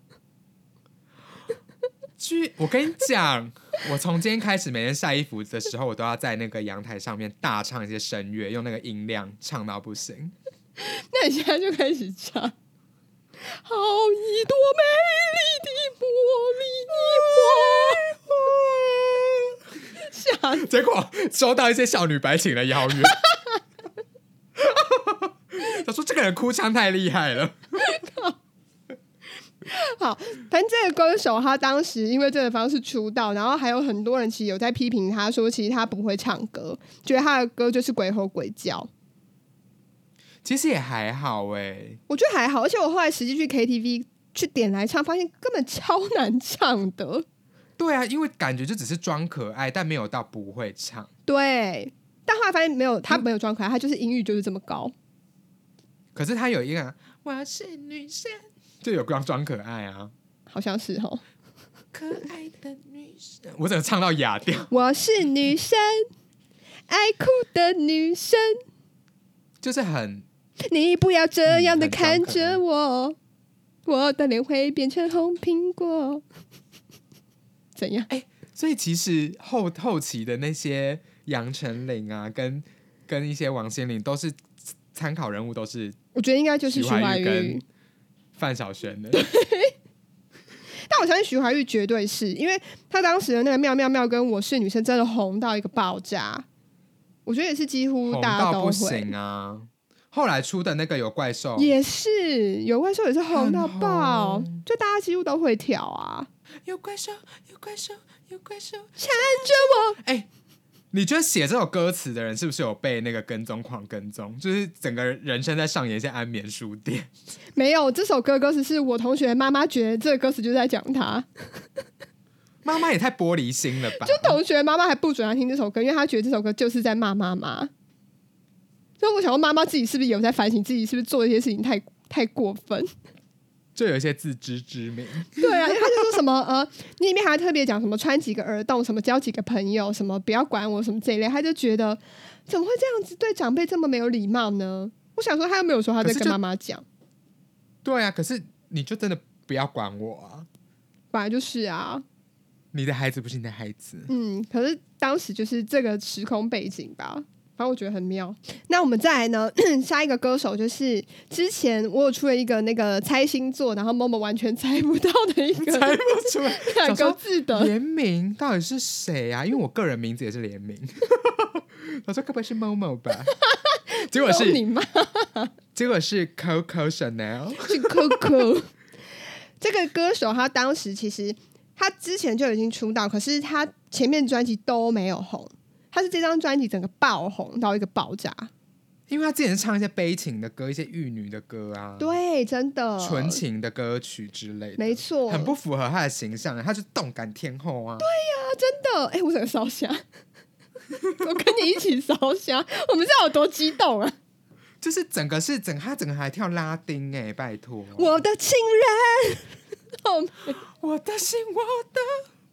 居，我跟你讲，我从今天开始每天晒衣服的时候，我都要在那个阳台上面大唱一些声乐，用那个音量唱到不行。
那你现在就开始唱，好一朵美丽的 *laughs* 茉莉花，吓死
*laughs* 结果收到一些少女白请的邀 *laughs* 约，他说这个人哭腔太厉害了，
好，反正这个歌手他当时因为这个方式出道，然后还有很多人其实有在批评他说，其实他不会唱歌，觉得他的歌就是鬼吼鬼叫。
其实也还好哎、
我觉得还好，而且我后来实际去 KTV 去点来唱，发现根本超难唱的。
对啊，因为感觉就只是装可爱，但没有到不会唱。
对，但后来发现没有，他没有装可爱，他就是音域就是这么高。
可是他有一个
我是女生，
就有装装可爱啊，
好像是哦，
可爱的女生。
我只能唱到哑掉，
我是女生，爱哭的女生，
就是很
你不要这样的
嗯很装
看
可爱
着我，我的脸会变成红苹果。 *laughs* 怎样？
所以其实后后期的那些杨丞琳啊，跟跟一些王心凌都是参考人物，都是
我觉得应该就是徐
徐怀钰
怀钰
跟，范晓萱的。
但我相信徐怀钰绝对是因为她当时的那个《妙妙妙》跟《我是女生》真的红到一个爆炸，我觉得也是几乎
红
大家
到
都
不
会。
行啊！后来出的那个有怪兽，
也是有怪兽也是红到
很
爆
红，
就大家几乎都会跳啊。
有怪兽，有怪兽，有怪兽。
缠着我，
你觉得写这首歌词的人是不是有被那个跟踪狂跟踪？就是整个人生在上演一些安眠书
*laughs*
店。
没有这首歌歌词是我同学妈妈觉得这个歌词就是在讲
啊
他，
妈妈也太玻璃心了吧？
就同学妈妈还不准他听这首歌，因为他觉得这首歌就是在骂妈妈。所以我想问妈妈自己是不是有在反省自己，是不是做一些事情太太过
*laughs*
分？
就有一些自知之明。
对啊，因为他就说什么呃，你里面还特别讲什么穿几个耳洞，什么交几个朋友，什么不要管我，什么这一类，他就觉得怎么会这样子对长辈这么没有礼貌呢？我想说，他又没有说他在
可是
跟
就
妈妈讲，
对啊，可是你就真的不要管我啊！
本来就是啊，
你的孩子不是你的孩子。
*laughs* 嗯，可是当时就是这个时空背景吧，反正我觉得很妙。那我们再来呢， *clears throat* 下一个歌手就是之前我有出了一个那个猜星座，然后某某完全猜不到的一个，
猜不出来
*laughs* 两
想
个
说
字的，
联名到底是谁啊？因为我个人名字也是联名。 *laughs* 我说该不会是某某
*laughs*
吧？结果
是你
是 *laughs*
妈
结果是 Coco Chanel。
是 Coco。这个歌手他当时其实他之前就已经出道，可是他前面专辑都没有红，他是这张专辑整个爆红到一个爆炸。
啊因为他之前是唱一些悲情的歌，一些玉女的歌啊，，
对，真的
纯，情的歌曲之类的，
没错，
很不符合他的形象啊，他是动感天后啊。对，
真的。哎、我整个烧香， *laughs* 我跟你一起烧香，我们这有多激动啊！
就是整个是整他整个还跳拉丁哎、拜托，
我的情人， *laughs* 哦，
我的心，我的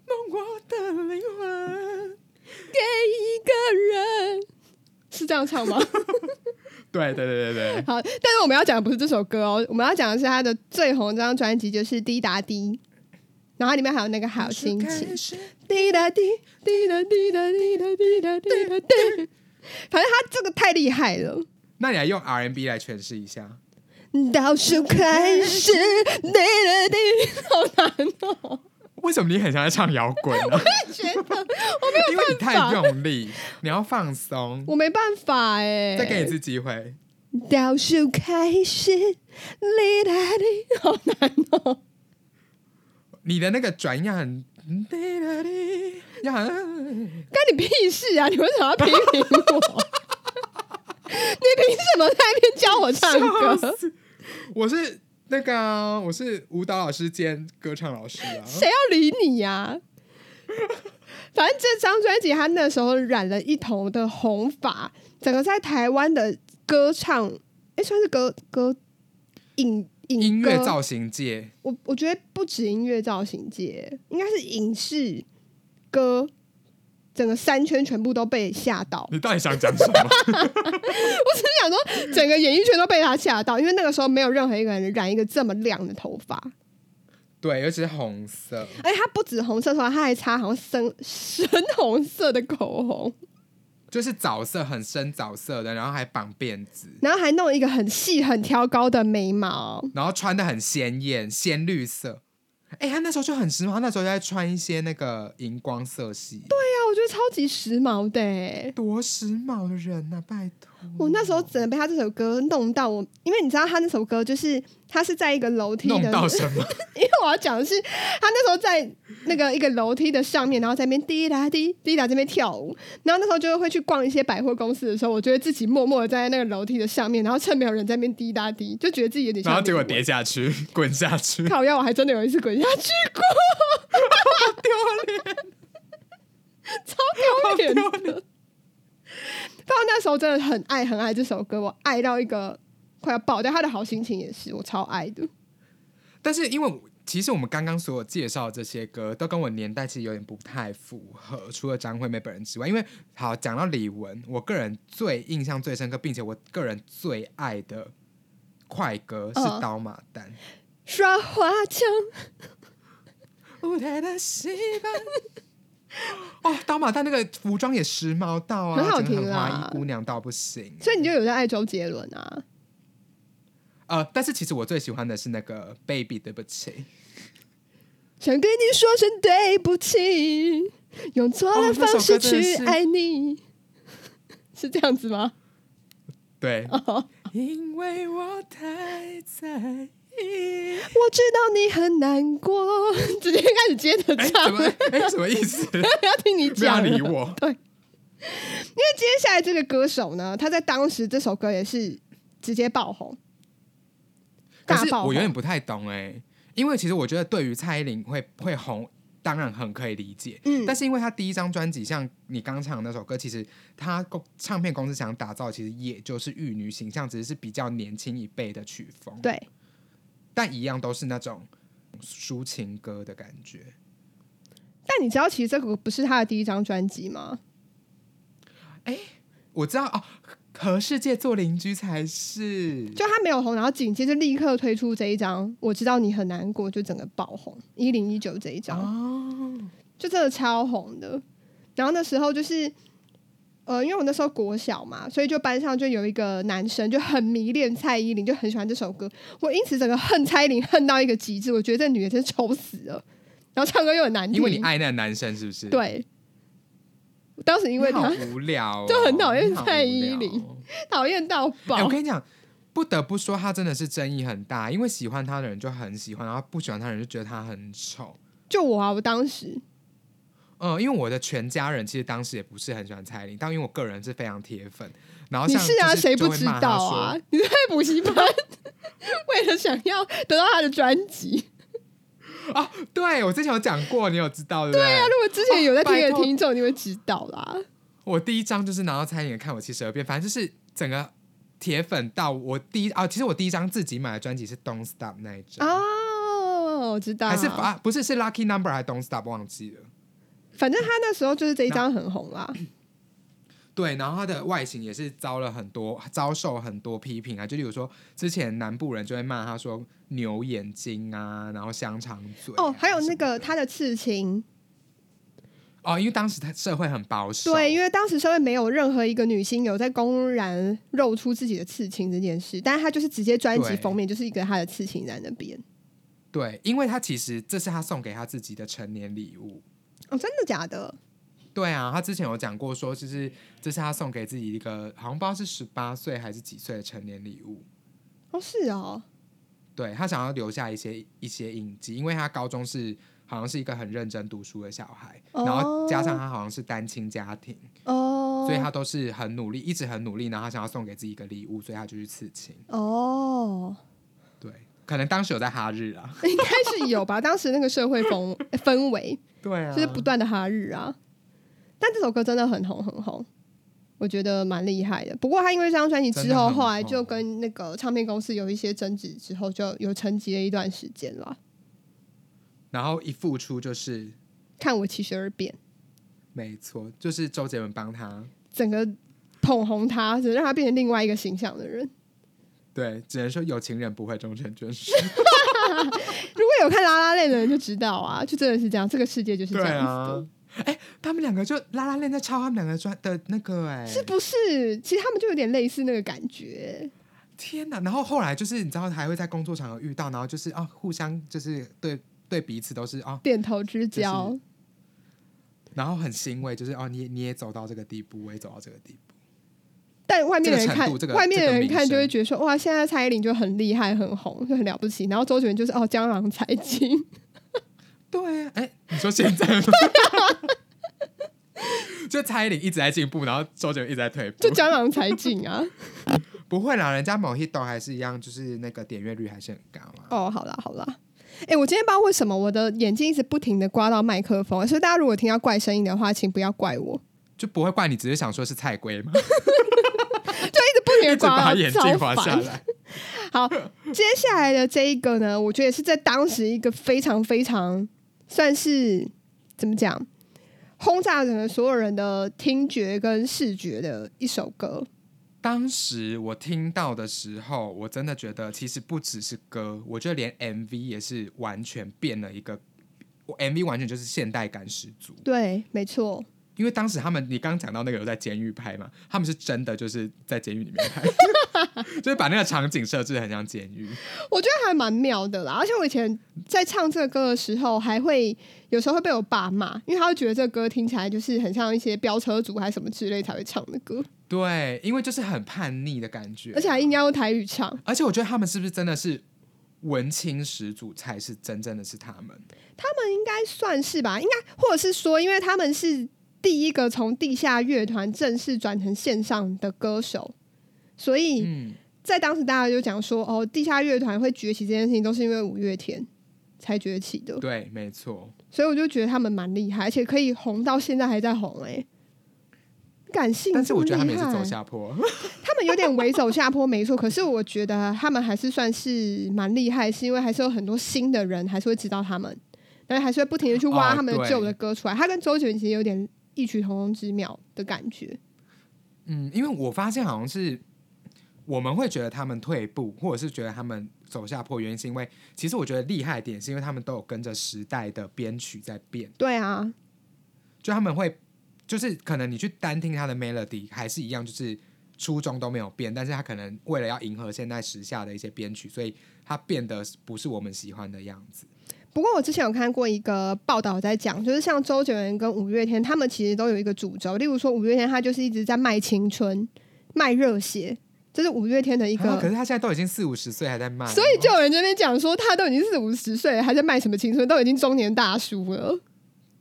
梦，我的灵魂。
给一个人，是这样唱吗？
对对对对对，
好，但是我们要讲的不是这首歌哦，我们要讲的是他的最红的这张专辑，就是《滴答滴》，然后它里面还有那个好心情，滴答滴，滴答滴答滴答滴答滴答滴，反正他这个太厉害了。
那你来用 RMB 来诠释一下。
倒数开始，滴答滴，好难哦！
为什么你很像在唱摇滚呢？
觉得
因为你太用力，你要放松。
我没办法哎、
再给你一次机会，
倒数开始，滴答滴，好难哦！
你的那个转音要很，嗯要很
干你屁事啊！你为什么要批评我？你凭什么在那边教我唱
笑
歌？
我是那个啊、我是舞蹈老师兼歌唱老师啊。
谁要理你呀、 *laughs* 反正这张专辑，他那时候染了一头的红发，整个在台湾的歌唱，哎、算是歌歌影影
音乐
歌
造型界，
我我觉得不止音乐造型界，应该是影视歌，整个三圈全部都被吓
*laughs*
到。
你到底想讲什么？
我只是想说，整个演艺圈都被他吓到，因为那个时候没有任何一个人染一个这么亮的头发，
对，尤其是红色，
而且他不止红色头发，他还擦好像深 *laughs* 深红色的口红，
就是枣色，很深枣色的，然后还绑辫子，
然后还弄一个很细很挑高的眉毛。
然后穿的很鲜艳，鲜绿色。哎、他那时候就很时髦，他那时候就在穿一些那个荧光色系，对，
对啊，我觉得超级时髦的、欸。
多时髦的人呐、拜托。
我那时候只能被他这首歌弄到我，因为你知道他那首歌就是他是在一个楼梯的
弄到什 *laughs* 么？
因为我要讲的是，他那时候在那个一个楼梯的上面，然后在那边滴答滴滴答这边跳舞，然后那时候就会去逛一些百货公司的时候，我就会自己默默的站在那个楼梯的上面，然后趁没有人在那边滴答滴，就觉得自己有点像
然后结果
李玟
跌下 *laughs* 去，滚下去，
*laughs* 靠腰，我还真的有一次滚下去过，好丢脸，超丢脸的。但我那时候真的很爱很爱这首歌，我爱到一个快要爆掉。他的好心情也是我超爱的，
但是因为我其实我们刚刚所有介绍的这些歌都跟我年代其实有点不太符合，除了张惠妹本人之外，因为好讲到李玟，我个人最印象最深刻，并且我个人最爱的快歌是
嗯
《刀马旦
刷花枪，
舞台的戏吧，》
哦，《刀马旦》那个服装也时髦到啊，
很好
真的
听
花
啦
衣姑娘到不行。
所以你就有在爱周杰伦啊。
呃，但是其实我最喜欢的是那个 Baby，对不起，
想跟你说声对不起，用错了
哦那首
方
歌
式
真的
去
是哦
爱你，是这样子吗？
对，
哦，
因为我太在意
我知道你很难过，
*laughs*
直接开始接着
哎，
唱
怎，么哎什么意
*laughs*
思？
不 *laughs* 要听你
不要
讲了，
理我，
接下来这个歌手呢，他在当时这首歌也是直接爆红，
可
大
是
爆红。
我有点不太懂哎、因为其实我觉得对于蔡依林会会红，当然很可以理解，
嗯
但是因为她第一张专辑像你刚唱的那首歌，其实她公唱片公司想打造其实也就是玉女形象，只是是比较年轻一辈的曲风，，
对，
但一样都是那种抒情歌的感觉。
但你知道其实这个不是他的第一张专辑吗？
我知道哦，和世界做邻居才是，
就他没有红，然后紧接着立刻推出这一张《我知道你很难过》，就整个爆红，一零一九这一张，
哦
就真的超红的。然后那时候就是，呃，因为我那时候国小嘛，所以就班上就有一个男生就很迷恋蔡依林，就很喜欢这首歌。我因此整个恨蔡依林恨到一个极致，我觉得这女的真是丑死了。然后唱歌又很难听，
因为你爱那个男生是不是？，
对。当时因为
好
他
无聊、哦，
就很讨厌
你好无
蔡依
聊
林 *laughs* 讨厌到
哎
爆
我，跟你讲，不得不说，他真的是争议很大，因为喜欢他的人就很喜欢，然后不喜欢他的人就觉得他很丑。
就我啊，我当时
嗯，因为我的全家人其实当时也不是很喜欢蔡依林，但因为我个人是非常铁粉，然后
你
像
是啊，
就是
谁
就
不
会
知
骂他
道
说
啊？你在补习班，为了想要得到他的专辑。
哦，对我之前有讲过，你有知道对不对？
那如果之前有在听
哦拜
的
托
听众，你会知道啦。
我第一张就是拿到蔡依林的《看我七十二变》，反正就是整个铁粉到我第一啊，其实我第一张自己买的专辑是《Don't Stop》那一张，
哦，我知道，
还是啊不是是《Lucky Number》还是《Don't Stop》忘记了。
反正他那时候就是这一张很红啦。
对，然后他的外形也是遭了很多，遭受很多批评啊。就例如说，之前南部人就会骂他说牛眼睛啊，然后香肠嘴啊、
哦，还有
什
那
么
个他的刺青，
哦，因为当时他社会很保守，
对，，因为当时社会没有任何一个女星有在公然露出自己的刺青这件事，但是他就是直接专辑
对
封面就是一个他的刺青在那边。
对，因为他其实这是他送给他自己的成年礼物。
哦，真的假的？
对啊，他之前有讲过说，就是这是他送给自己一个好像不知道是十八岁还是几岁的成年礼物。
哦，是哦，
对他想要留下一些一些印记，因为他高中是好像是一个很认真读书的小孩，然后加上他好像是单亲家庭。
哦，
所以他都是很努力，一直很努力，然后他想要送给自己一个礼物，所以他就去刺青。
哦。
对，可能当时有在哈日啊，
应该是有吧。 *laughs* 当时那个社会风 *laughs* 氛围
*laughs* 对啊
就是不断的哈日啊，但这首歌真的很红很红，我觉得蛮厉害的。不过他因为这张专辑之
真的
后，
很红
后来就跟那个唱片公司有一些争执，之后就有沉寂了一段时间了。
然后一付出就是
看我七十二变，
没错，就是周杰伦帮他，
整个捧红他，只让他变成另外一个形象的人。 *laughs*
对，只能说有情人不会终成眷属。
如果有看拉拉链的人就知道啊，就真的是这样，这个世界就是
*laughs*
这
对
样子的。
啊， *laughs* 哎、他们两个就拉拉链在抄他们两个专的那个、哎，
是不是？其实他们就有点类似那个感觉，
天哪！然后后来就是你知道还会在工作场合遇到，然后就是啊，互相就是对对彼此都是啊，
点头之
就是
交。
然后很欣慰，就是哦，你也你也走到这个地步，我也走到这个地步。
但外面的人
这个
看
程度，这个
外面的人看
这
就
个名声
会觉得说，哇，现在蔡依林就很厉害、很红，就很了不起。然后周杰伦就是哦，江郎才尽， *laughs*
对啊，哎、你说现在吗？ *laughs* 就蔡依林一直在进步，然后周杰伦一直在退步
就。江郎才尽
*laughs*
啊。
不会啦，人家某一 t 还是一样，就是那个点阅率还是很高啊。
哦，好啦，好啦。哎、我今天不知道为什么我的眼睛一直不停的刮到麦克风，所以大家如果听到怪声音的话，请不要怪我，
就不会怪你，只是想说是蔡龟嘛，
一直不
*laughs*
停
一
的
直
刮
把
到，
眼
超
镜滑下
烦
来。
好，接下来的这一个呢，我觉得也是在当时一个非常非常算是怎么讲，轰炸整个所有人的听觉跟视觉的一首歌。
当时我听到的时候，我真的觉得其实不只是歌，我觉得连 MV 也是完全变了一个我，MV 完全就是现代感十足。
对，没错，
因为当时他们，你刚刚讲到那个有在监狱拍嘛，他们是真的就是在监狱里面拍， *laughs* 就是把那个场景设置得很像监狱。
我觉得还蛮妙的啦。而且我以前在唱这个歌的时候，还会有时候会被我爸骂，因为他会觉得这个歌听起来就是很像一些飙车族还是什么之类才会唱的歌，
对，因为就是很叛逆的感觉，啊
而且还应该用台语唱。
而且我觉得他们是不是真的是文青始祖才是真正的是他们。
应该算是吧，应该或者是说，因为他们是第一个从地下乐团正式转成线上的歌手，所以
嗯，
在当时大家就讲说，哦，地下乐团会崛起这件事情，都是因为五月天才崛起的，
对，没错。
所以我就觉得他们蛮厉害，而且可以红到现在还在红、哎。感性，
但是我觉得他们也
这
是
么厉害
走下坡。
他们有点微走下坡，没错。可是我觉得他们还是算是蛮厉害，是因为还是有很多新的人还是会知道他们，但是还是会不停的去
哦
挖他们的
对
旧的歌出来。他跟周杰伦其实有点异曲同工之妙的感觉。
嗯，因为我发现好像是我们会觉得他们退步，或者是觉得他们走下坡，原因是因为其实我觉得厉害的点是因为他们都有跟着时代的编曲在变，
对啊，
就他们会就是可能你去单听他的 melody 还是一样，就是初衷都没有变，但是他可能为了要迎合现在时下的一些编曲，所以他变得不是我们喜欢的样子。
不过我之前有看过一个报道在讲，就是像周杰伦跟五月天，他们其实都有一个主轴。例如说，五月天他就是一直在卖青春、卖热血，这是五月天的一个。
啊可是他现在都已经四五十岁还在卖，哦
所以就有人这边讲说，他都已经四五十岁了，还在卖什么青春，都已经中年大叔了。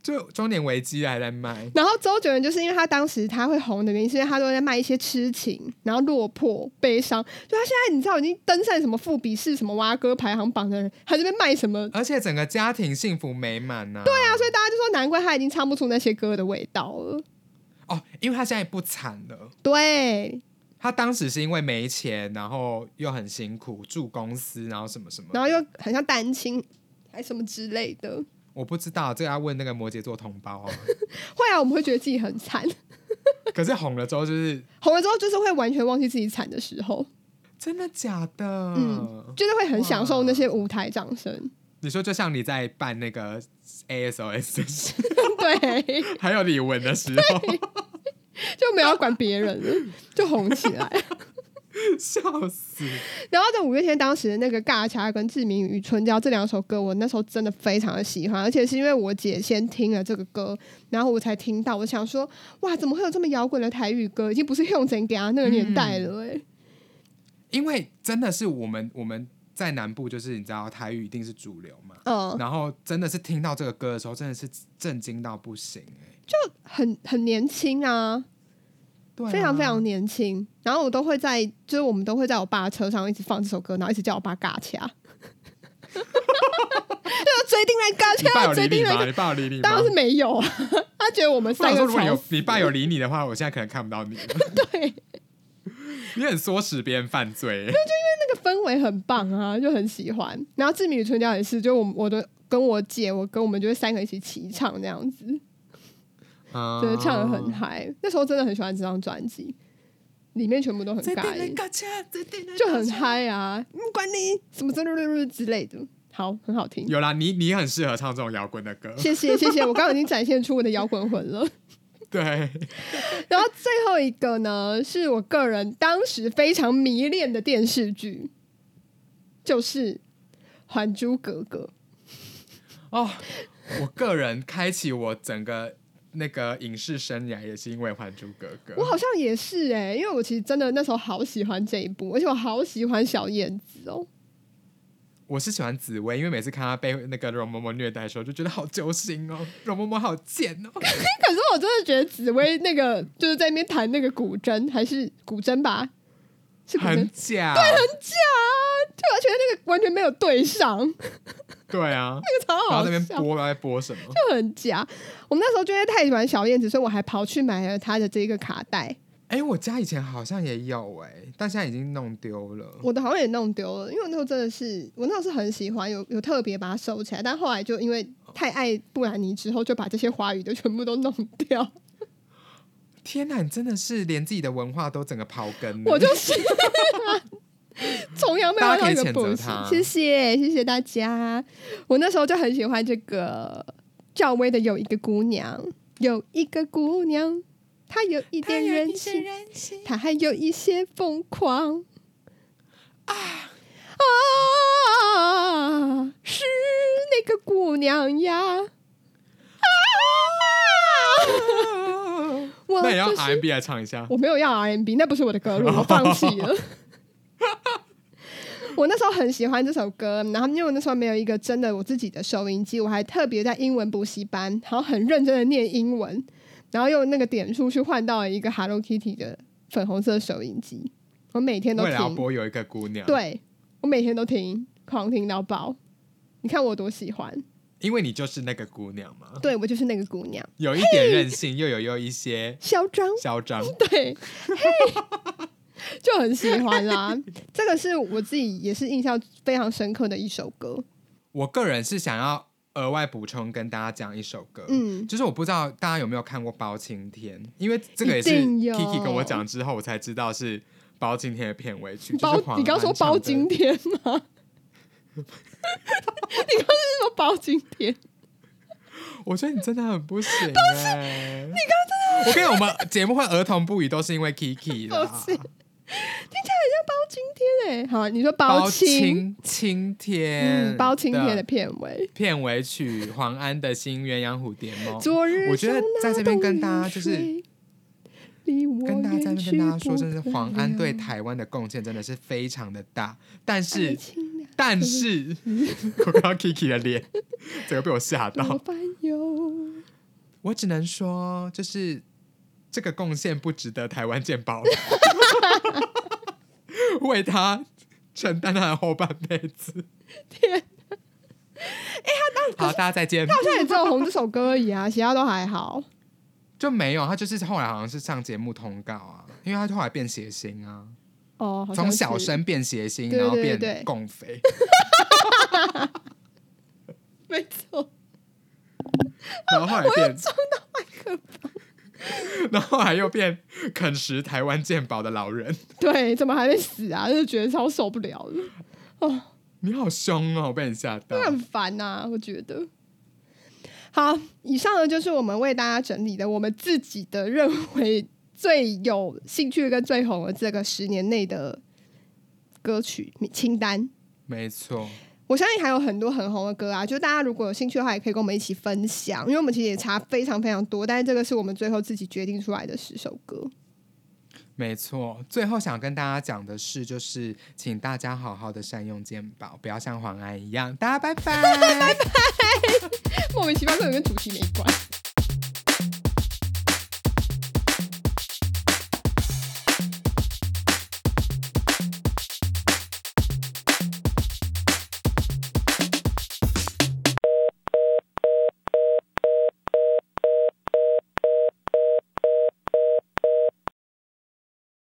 就中年危机还在卖。
然后周杰伦就是因为他当时他会红的原因，是因为他都在卖一些痴情，然后落魄、悲伤。就他现在你知道已经登上什么富比士、什么蛙歌排行榜的人，他这边卖什么？
而且整个家庭幸福美满呐、对啊，
所以大家就说，难怪他已经唱不出那些歌的味道了。
哦，因为他现在不惨了。
对，
他当时是因为没钱，然后又很辛苦，住公司，然后什么什么，
然后又很像单亲，还什么之类的。
我不知道，这个要问那个摩羯座同胞啊。
会啊，我们会觉得自己很惨，
*laughs*
*laughs*
可是红了之后就是
红了之后就是会完全忘记自己惨的时候，
真的假的？
嗯就是会很享受那些舞台掌声。 *laughs*
你说就像你在办那个 ASOS 的时
对，
候，还有李玟的时候，
就没有要管别人了，就红起来。
*laughs*
*laughs*
笑死！
然后在五月天当时的那个《尬掐》跟《志明与春娇》这两首歌，我那时候真的非常的喜欢，而且是因为我姐先听了这个歌，然后我才听到，我想说，哇，怎么会有这么摇滚的台语歌？已经不是用整给他那个年代了、欸，
因为真的是我们我们在南部，就是你知道台语一定是主流嘛，
嗯，
然后真的是听到这个歌的时候，真的是震惊到不行哎、
很很年轻啊，
对啊
非常非常年轻。然后我都会在，就是我们都会在我爸的车上一直放这首歌，然后一直叫我爸尬掐，
*laughs*
就追定来尬
你爸有
掐，
理
追啊定
你
来
吗？
尬，
你爸有理你吗？
当然是没有啊，他觉得我们
不然
三
说，
个
如果你有
吵死
你爸有理你的话，我现在可能看不到你了。
*laughs* 对。
*laughs* 你很唆使别人犯罪，
氛围很棒啊，就很喜欢。然后《志明与春娇》也是，就我我的跟我姐，我跟我们就会三个一起齐唱这样子，
嗯
就是唱的很嗨。那时候真的很喜欢这张专辑，里面全部都很
这
尬
边的
音，
嘎恰，这边的
就很嗨啊！嗯，管你什么之类的之类的，好，很好听。
有啦，你你很适合唱这种摇滚的歌，
谢谢谢谢，我刚刚已经展现出我的摇滚魂了。
对， *laughs*
然后最后一个呢，是我个人当时非常迷恋的电视剧，就是《还珠格格》。
哦，我个人开启我整个那个影视生涯也是因为《还珠格格
我》，好像也是哎、因为我其实真的那时候好喜欢这一部，而且我好喜欢小燕子哦。
我是喜欢紫薇，因为每次看她被那个容嬷嬷虐待的时候，就觉得好揪心哦，容嬷嬷好贱哦，
可是我真的觉得紫薇那个就是在那边弹那个古筝，还是古筝吧，是古筝
很假，对，很
假，对，而且那个完全没有对上， *laughs* 那
对啊，
个超
然后
好
在那边
笑，
播，然后在播什么？
就很假。我们那时候就因为太喜欢小燕子，所以我还跑去买了她的这个卡带，
哎、我家以前好像也有哎、但现在已经弄丢了。
我的好像也弄丢了，因为我那时候真的是我那时候是很喜欢，有有特别把它收起来，但后来就因为太爱布兰妮之后，就把这些华语的全部都弄掉。
天哪，你真的是连自己的文化都整个刨根了。
*laughs* 我就是
*laughs*
崇洋媚外到一个不
大家可以谴责他
行。谢谢谢谢大家，我那时候就很喜欢这个赵薇的《有一个姑娘》，有一个姑娘，她有一
他
点
有
任
一些
性，
任性，
她还有一些疯狂啊啊！是那个姑娘呀！啊！我
那也要
就是
RMB 来唱一下。哦
我没有要 RMB，那不是我的歌路，我放弃了。 *laughs* 我那时候很喜欢这首歌，然后因为我那时候没有一个真的我自己的收音机，我还特别在英文补习班，然后很认真的念英文，然后用那个点数去换到了一个 Hello Kitty 的粉红色收音机，我每天都
为了要
听，
播有一个姑娘，，
对我每天都听，狂听到爆。你看我多喜欢，
因为你就是那个姑娘嘛，
对我就是那个姑娘，
有一点任性，又有又一些
嚣张。
嚣张。
*laughs* 对，嘿，就很喜
*laughs*
欢啦。这个是我自己也是印象非常深刻的一首歌。
我个人是想要额外补充跟大家讲一首歌，
嗯
就是我不知道大家有没有看过《包青天》，因为这个也是
一定有
Kiki 跟我讲之后，我才知道是《包青天》的片尾曲。
包
就是，黄
你刚说
绮唱的
包今天吗？你
*laughs*
刚是说包今天？
我觉得你真的很不行、欸，你刚真的，我跟你讲，我们节目会儿童不宜，都是因为 Kiki
*laughs* 不
啦。
哦是，听起来很像包今天哎、好，你说
包
青，
青青天，
嗯，包青天的片尾，
片尾曲，黄安的《新鸳鸯蝴蝶梦》。
昨日
我觉得在这边跟大家就是
像那东流水。离我
跟大家在那
远
边
去
跟大家说，
不
真的是
可
黄安对
料
台湾的贡献真的是非常的大，但
爱
是
情啊
但
*laughs*
是，我看到 Kiki 的脸，整个被我吓
多
到。
烦忧。
我只能说，就是这个贡献不值得台湾健保 *laughs* 为他承担他的后半辈子。
天哎
好，大家再见。
好像也只有红这首歌而已啊，其他都还好。
就没有他，就是后来好像是上节目通告啊，因为他后来变谐星啊，
哦，好像
从
是
小生变谐星，
对
然后
对对
变
对
共匪。
没错， *laughs*
然后后来变撞到麦克风，然后后来又变啃食台湾健保的老人，
对，怎么还没死啊？就是觉得超受不了的，
你好凶哦，我被你吓到
真。的很烦呐、我觉得。好，以上呢就是我们为大家整理的我们自己的认为最有兴趣跟最红的这个十年内的歌曲清单。
没错，
我相信还有很多很红的歌啊，就大家如果有兴趣的话，也可以跟我们一起分享，因为我们其实也查非常非常多，但是这个是我们最后自己决定出来的十首 *laughs* 歌。
没错。最后想跟大家讲的是，就是请大家好好的善用健保，不要
*laughs*
像黄安一样。大家拜拜。
莫名其妙，根本跟主题没关。